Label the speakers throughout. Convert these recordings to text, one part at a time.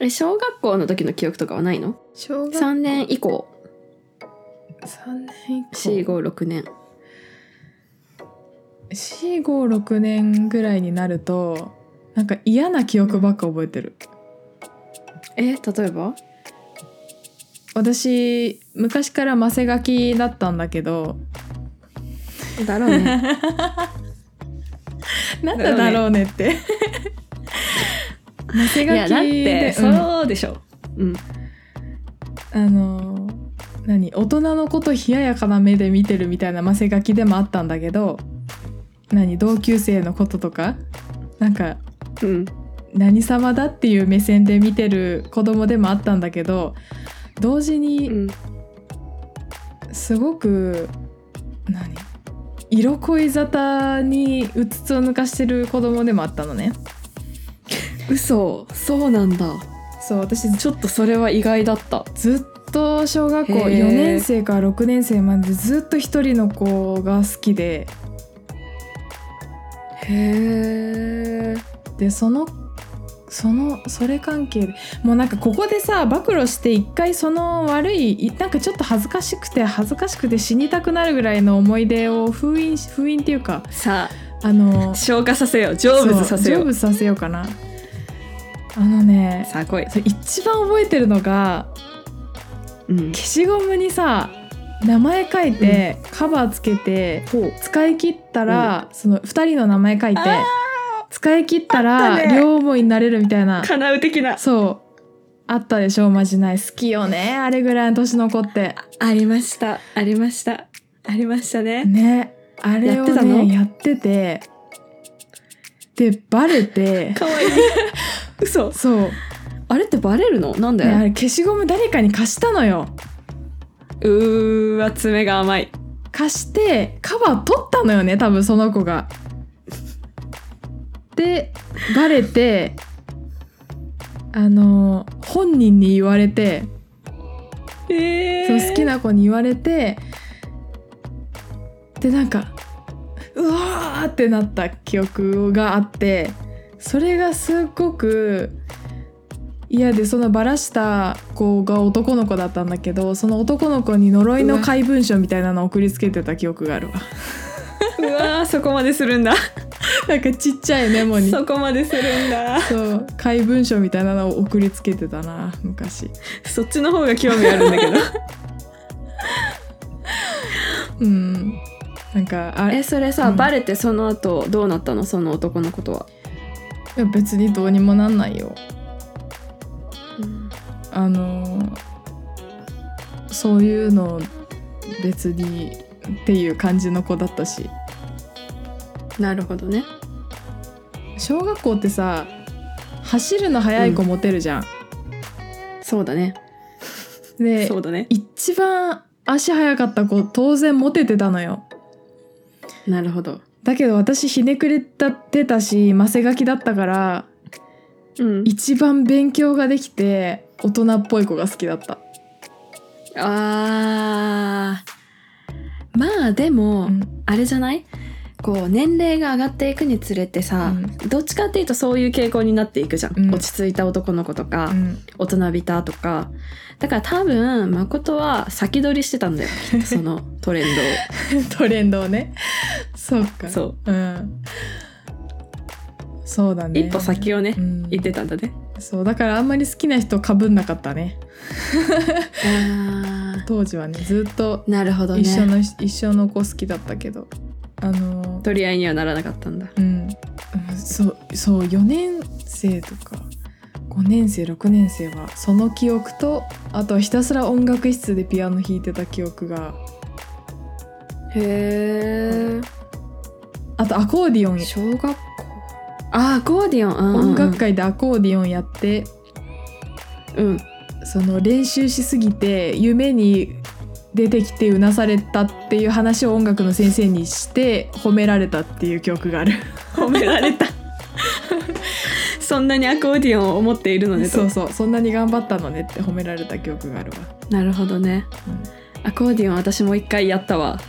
Speaker 1: え小学校の時の記憶とかはないの
Speaker 2: 小学
Speaker 1: 3年以降
Speaker 2: 三年以降
Speaker 1: 456年
Speaker 2: 四五六年ぐらいになるとなんか嫌な記憶ばっか覚えてる
Speaker 1: え例えば
Speaker 2: 私昔からマセガキだったんだけど
Speaker 1: だろ うね
Speaker 2: なんだだろうねってマセ
Speaker 1: い
Speaker 2: ガ
Speaker 1: や
Speaker 2: キ
Speaker 1: だって
Speaker 2: で
Speaker 1: そうでしょうん
Speaker 2: あの何大人のこと冷ややかな目で見てるみたいなマセガキでもあったんだけど何同級生のこととかなんか
Speaker 1: うん
Speaker 2: 何様だっていう目線で見てる子供でもあったんだけど同時
Speaker 1: う
Speaker 2: に
Speaker 1: ん
Speaker 2: すごく、何色恋沙汰にうつつを抜かしてる子供でもあったのね
Speaker 1: 嘘そうなんだ
Speaker 2: そう私
Speaker 1: ちょっとそれは意外だった
Speaker 2: ずっと小学校
Speaker 1: へー
Speaker 2: 4年生から6年生までずっと一人の子が好きで
Speaker 1: へえ
Speaker 2: でそのそのそれ関係でもうなんかここでさ暴露して一回その悪いいなんかちょっと恥ずかしくて恥ずかしくて死にたくなるぐらいの思い出を封印し封印っていうか
Speaker 1: さ
Speaker 2: あの
Speaker 1: あ消化させよう成仏させよ
Speaker 2: そう成
Speaker 1: う
Speaker 2: 仏させようかなあのね
Speaker 1: さあ来い、
Speaker 2: そう一番覚えてるのが
Speaker 1: うん、
Speaker 2: 消しゴムにさ名前書いて、カバーつけて
Speaker 1: ほう
Speaker 2: 使い切ったら、その2人の名前書いて
Speaker 1: あ
Speaker 2: 使い切った
Speaker 1: あ
Speaker 2: ら
Speaker 1: ったね
Speaker 2: 両思いになれるみたいな
Speaker 1: 叶う的な
Speaker 2: そうあったでしょおまじない好きよねあれぐらいの年の子って
Speaker 1: ありましたありましたありましたね
Speaker 2: ねあれ
Speaker 1: やっ
Speaker 2: を
Speaker 1: てたの
Speaker 2: ねやっててでバ レて
Speaker 1: かわいい嘘
Speaker 2: そう、
Speaker 1: あれってバレるのなんで、
Speaker 2: ねあれ消しゴム誰かに貸したのよ
Speaker 1: うーわ爪が甘い
Speaker 2: 貸してカバー取ったのよね多分その子が。でバレてあの本人に言われて
Speaker 1: え
Speaker 2: そう好きな子に言われてでなんかうわーってなった記憶があってそれがすっごく嫌でそのバラした子が男の子だったんだけどその男の子に呪いの怪文書みたいなのを送りつけてた記憶があるわ
Speaker 1: うわーそこまでするんだ
Speaker 2: なんかちっちゃいメモにそ
Speaker 1: そこまでするんだ
Speaker 2: う怪文書みたいなのを送りつけてたな昔
Speaker 1: そっちの方が興味あるんだ けど
Speaker 2: うんなんかあれ
Speaker 1: えそれさ、
Speaker 2: うん
Speaker 1: バレてその後どうなったのその男のことは、
Speaker 2: いや別にどうにもなんないよあのそういうの別にっていう感じの子だったし
Speaker 1: なるほどね
Speaker 2: 小学校ってさ走るの速い子モテるじゃん、
Speaker 1: そうだね
Speaker 2: で
Speaker 1: そうだね
Speaker 2: 一番足速かった子当然モテてたのよ
Speaker 1: なるほど
Speaker 2: だけど私ひねくれたってたしマセガキだったから
Speaker 1: うん
Speaker 2: 一番勉強ができて大人っぽい子が好きだった、
Speaker 1: あーまあでも、
Speaker 2: うん
Speaker 1: あれじゃないこう年齢が上がっていくにつれてさ、どっちかっていうとそういう傾向になっていくじゃん、
Speaker 2: うん
Speaker 1: 落ち着いた男の子とか、
Speaker 2: うん
Speaker 1: 大人びたとかだから多分誠は先取りしてたんだ よきっとそのトレン
Speaker 2: トレンドをねそう
Speaker 1: ドを
Speaker 2: か
Speaker 1: そう
Speaker 2: うんそうだね
Speaker 1: 一歩先をね
Speaker 2: うん
Speaker 1: 言ってたんだね
Speaker 2: そうだからあんまり好きな人かぶんなかったね
Speaker 1: あ
Speaker 2: 当時はねずっと
Speaker 1: ーなるほど
Speaker 2: 一緒
Speaker 1: ね
Speaker 2: の、一緒の子好きだったけどあのー
Speaker 1: 取り合いにはならなかったんだ
Speaker 2: うんそうそう4年生とか5年生6年生はその記憶とあとはひたすら音楽室でピアノ弾いてた記憶が
Speaker 1: へ
Speaker 2: あとアコーディオン
Speaker 1: え小学校あーアコーディオン、うんうんうん
Speaker 2: 音楽会でアコーディオンやって
Speaker 1: うん
Speaker 2: その練習しすぎて夢に出てきてうなされたっていう話を音楽の先生にして褒められたっていう記憶がある。
Speaker 1: 褒められたそんなにアコーディオンを思っているのねと
Speaker 2: そうそうそんなに頑張ったのねって褒められた記憶があるわ。
Speaker 1: なるほどね
Speaker 2: うん
Speaker 1: アコーディオン私も一回やったわ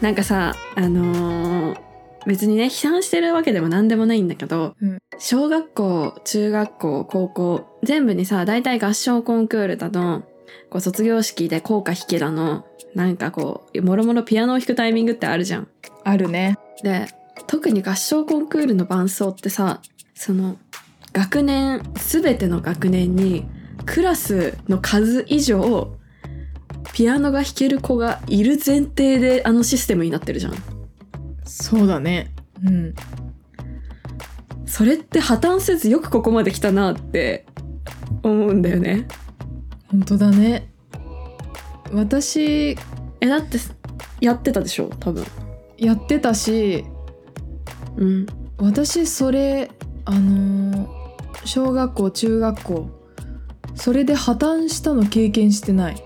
Speaker 1: なんかさあのー別にね批判してるわけでも何でもないんだけど、
Speaker 2: うん
Speaker 1: 小学校中学校高校全部にさ大体合唱コンクールだのこう卒業式で校歌弾けだのなんかこうもろもろピアノを弾くタイミングってあるじゃん。
Speaker 2: あるね
Speaker 1: で特に合唱コンクールの伴奏ってさその学年全ての学年にクラスの数以上ピアノが弾ける子がいる前提であのシステムになってるじゃん。
Speaker 2: そうだねうん
Speaker 1: それって破綻せずよくここまで来たなって思うんだよね。
Speaker 2: 本当だね私
Speaker 1: え、だってやってたでしょ多分。
Speaker 2: やってたし
Speaker 1: うん。
Speaker 2: 私それあのー小学校中学校それで破綻したの経験してない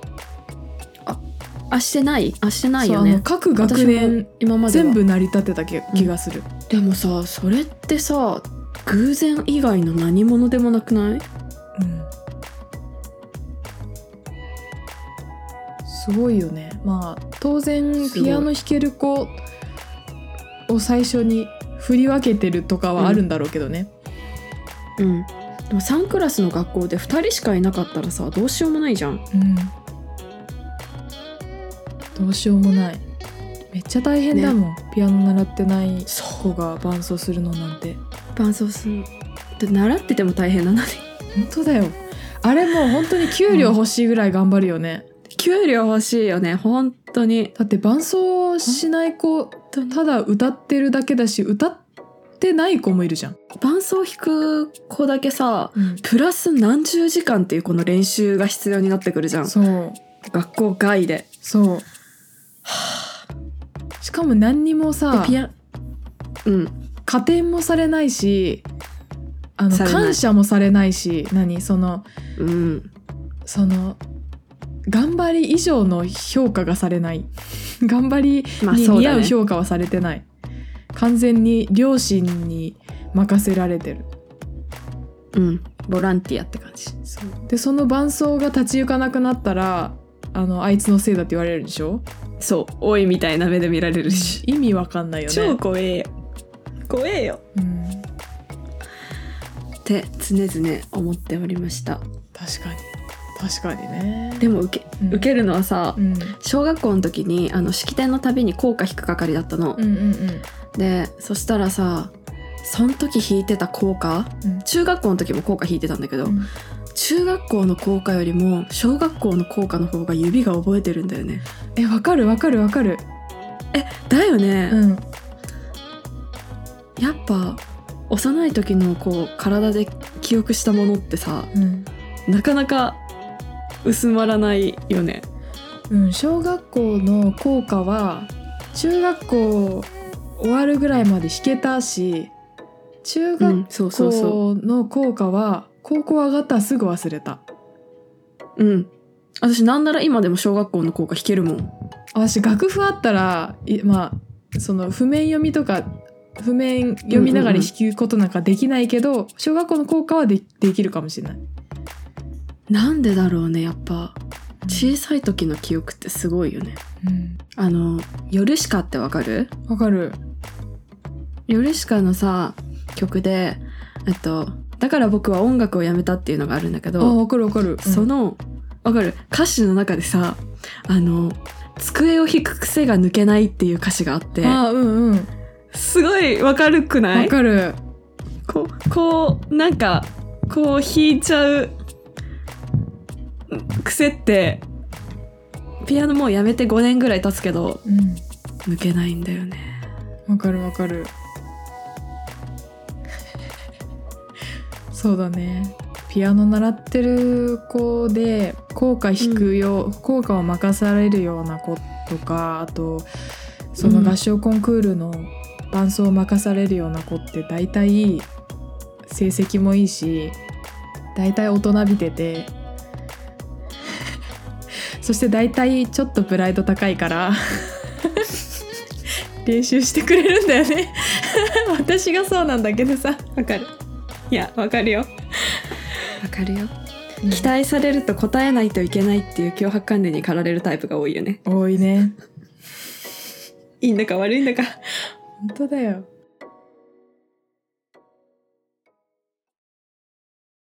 Speaker 1: あ、してないあ、してない
Speaker 2: そう
Speaker 1: よ
Speaker 2: あの
Speaker 1: ね。
Speaker 2: 各学
Speaker 1: 私
Speaker 2: 年
Speaker 1: も今までは
Speaker 2: 全部成り立ってた気気がする、
Speaker 1: でもさ、それってさ、偶然以外の何者でもなくない
Speaker 2: うんすごいよねまあ当然
Speaker 1: すごい
Speaker 2: ピアノ弾ける子を最初に振り分けてるとかはあるんだろうけどね、
Speaker 1: うん。でも3クラスの学校で2人しかいなかったらさ、どうしようもないじゃん。
Speaker 2: うんどうしようもないめっちゃ大変だもん、ピアノ習ってない子が伴奏するのなんて
Speaker 1: 伴奏する。で習ってても大変なのに。
Speaker 2: 本当だよあれもう本当に給料欲しいぐらい頑張るよね、
Speaker 1: 給料欲しいよね、本当に。
Speaker 2: だって伴奏しない子
Speaker 1: 当に
Speaker 2: ただ歌ってるだけだし歌ってない子もいるじゃん、
Speaker 1: 伴奏弾く子だけさ、プラス何十時間っていうこの練習が必要になってくるじゃん
Speaker 2: そう
Speaker 1: 学校外で
Speaker 2: そうしかも何にも
Speaker 1: で
Speaker 2: さ
Speaker 1: ピアうん
Speaker 2: 加点もされないしあの
Speaker 1: されない
Speaker 2: 感謝もされないし何その
Speaker 1: うん
Speaker 2: その頑張り以上の評価がされない 頑張り
Speaker 1: まあ
Speaker 2: に
Speaker 1: そう
Speaker 2: 似
Speaker 1: だ
Speaker 2: 合う
Speaker 1: ね
Speaker 2: 評価はされてない、完全に両親に任せられてる
Speaker 1: うんボランティアって感じ
Speaker 2: でその伴奏が立ち行かなくなったらあのあいつのせいだって言われるでしょ
Speaker 1: そう多いみたいな目で見られるし、
Speaker 2: 意味わかんないよね
Speaker 1: 超怖えよ怖えよ
Speaker 2: うん、
Speaker 1: って常々思っておりました
Speaker 2: 確かに確かにね
Speaker 1: でも受け,、
Speaker 2: うん
Speaker 1: 受けるのはさ、
Speaker 2: うん、
Speaker 1: 小学校の時にあの式典のたびに校歌弾く係だったの、
Speaker 2: うんうんうん
Speaker 1: でそしたらさその時弾いてた校歌、
Speaker 2: うん
Speaker 1: 中学校の時も校歌弾いてたんだけど、
Speaker 2: うん
Speaker 1: 中学校の校歌よりも小学校の校歌の方が指が覚えてるんだよね
Speaker 2: えわかるわかるわかる
Speaker 1: だよね、
Speaker 2: うん
Speaker 1: やっぱ幼い時のこう体で記憶したものってさ
Speaker 2: うん、
Speaker 1: なかなか薄まらないよね
Speaker 2: うん、小学校の校歌は中学校終わるぐらいまで弾けたし中
Speaker 1: う
Speaker 2: 学
Speaker 1: んそうそうそ
Speaker 2: 校の校歌は高校上がったらすぐ忘れた
Speaker 1: ううん私なんなら今でも小学校の校歌弾けるもん
Speaker 2: 私楽譜あったらいまあその譜面読みとか譜面読みながら弾くことなんかできないけど、小学校の校歌はでできるかもしれない
Speaker 1: なんでだろうねやっぱ小さい時の記憶ってすごいよね
Speaker 2: うん
Speaker 1: あの「ヨルシカ」ってわかる
Speaker 2: わかる
Speaker 1: ヨルシカのさ曲でえっとだから僕は音楽をやめたっていうのがあるんだけ
Speaker 2: あ
Speaker 1: ど
Speaker 2: わかるわかる
Speaker 1: その、わかる歌詞の中でさ、あの、机を引く癖が抜けないっていう歌詞があって
Speaker 2: うん、あうんうん
Speaker 1: すごいわかるくな
Speaker 2: わ
Speaker 1: い
Speaker 2: かる
Speaker 1: こう、こう、なんか、こう弾いちゃう癖って、ピアノもうやめて5年ぐらい経つけど、
Speaker 2: うん
Speaker 1: 抜けないんだよね。
Speaker 2: わかるわかるそうだねピアノ習ってる子で効果弾くよ、効果を任されるような子とかあとその合唱コンクールの伴奏を任されるような子って大体成績もいいし大体大人びてて そして大体ちょっとプライド高いから 練習してくれるんだよね 私がそうなんだけどさ
Speaker 1: わかる。いや、わかるよ。わかるよ。期
Speaker 2: 期待
Speaker 1: 待されると答えないといけないっていう脅迫観念に駆られるタイプが多いよね。
Speaker 2: 多いね
Speaker 1: いいんだか悪いんだか。
Speaker 2: 本当だよ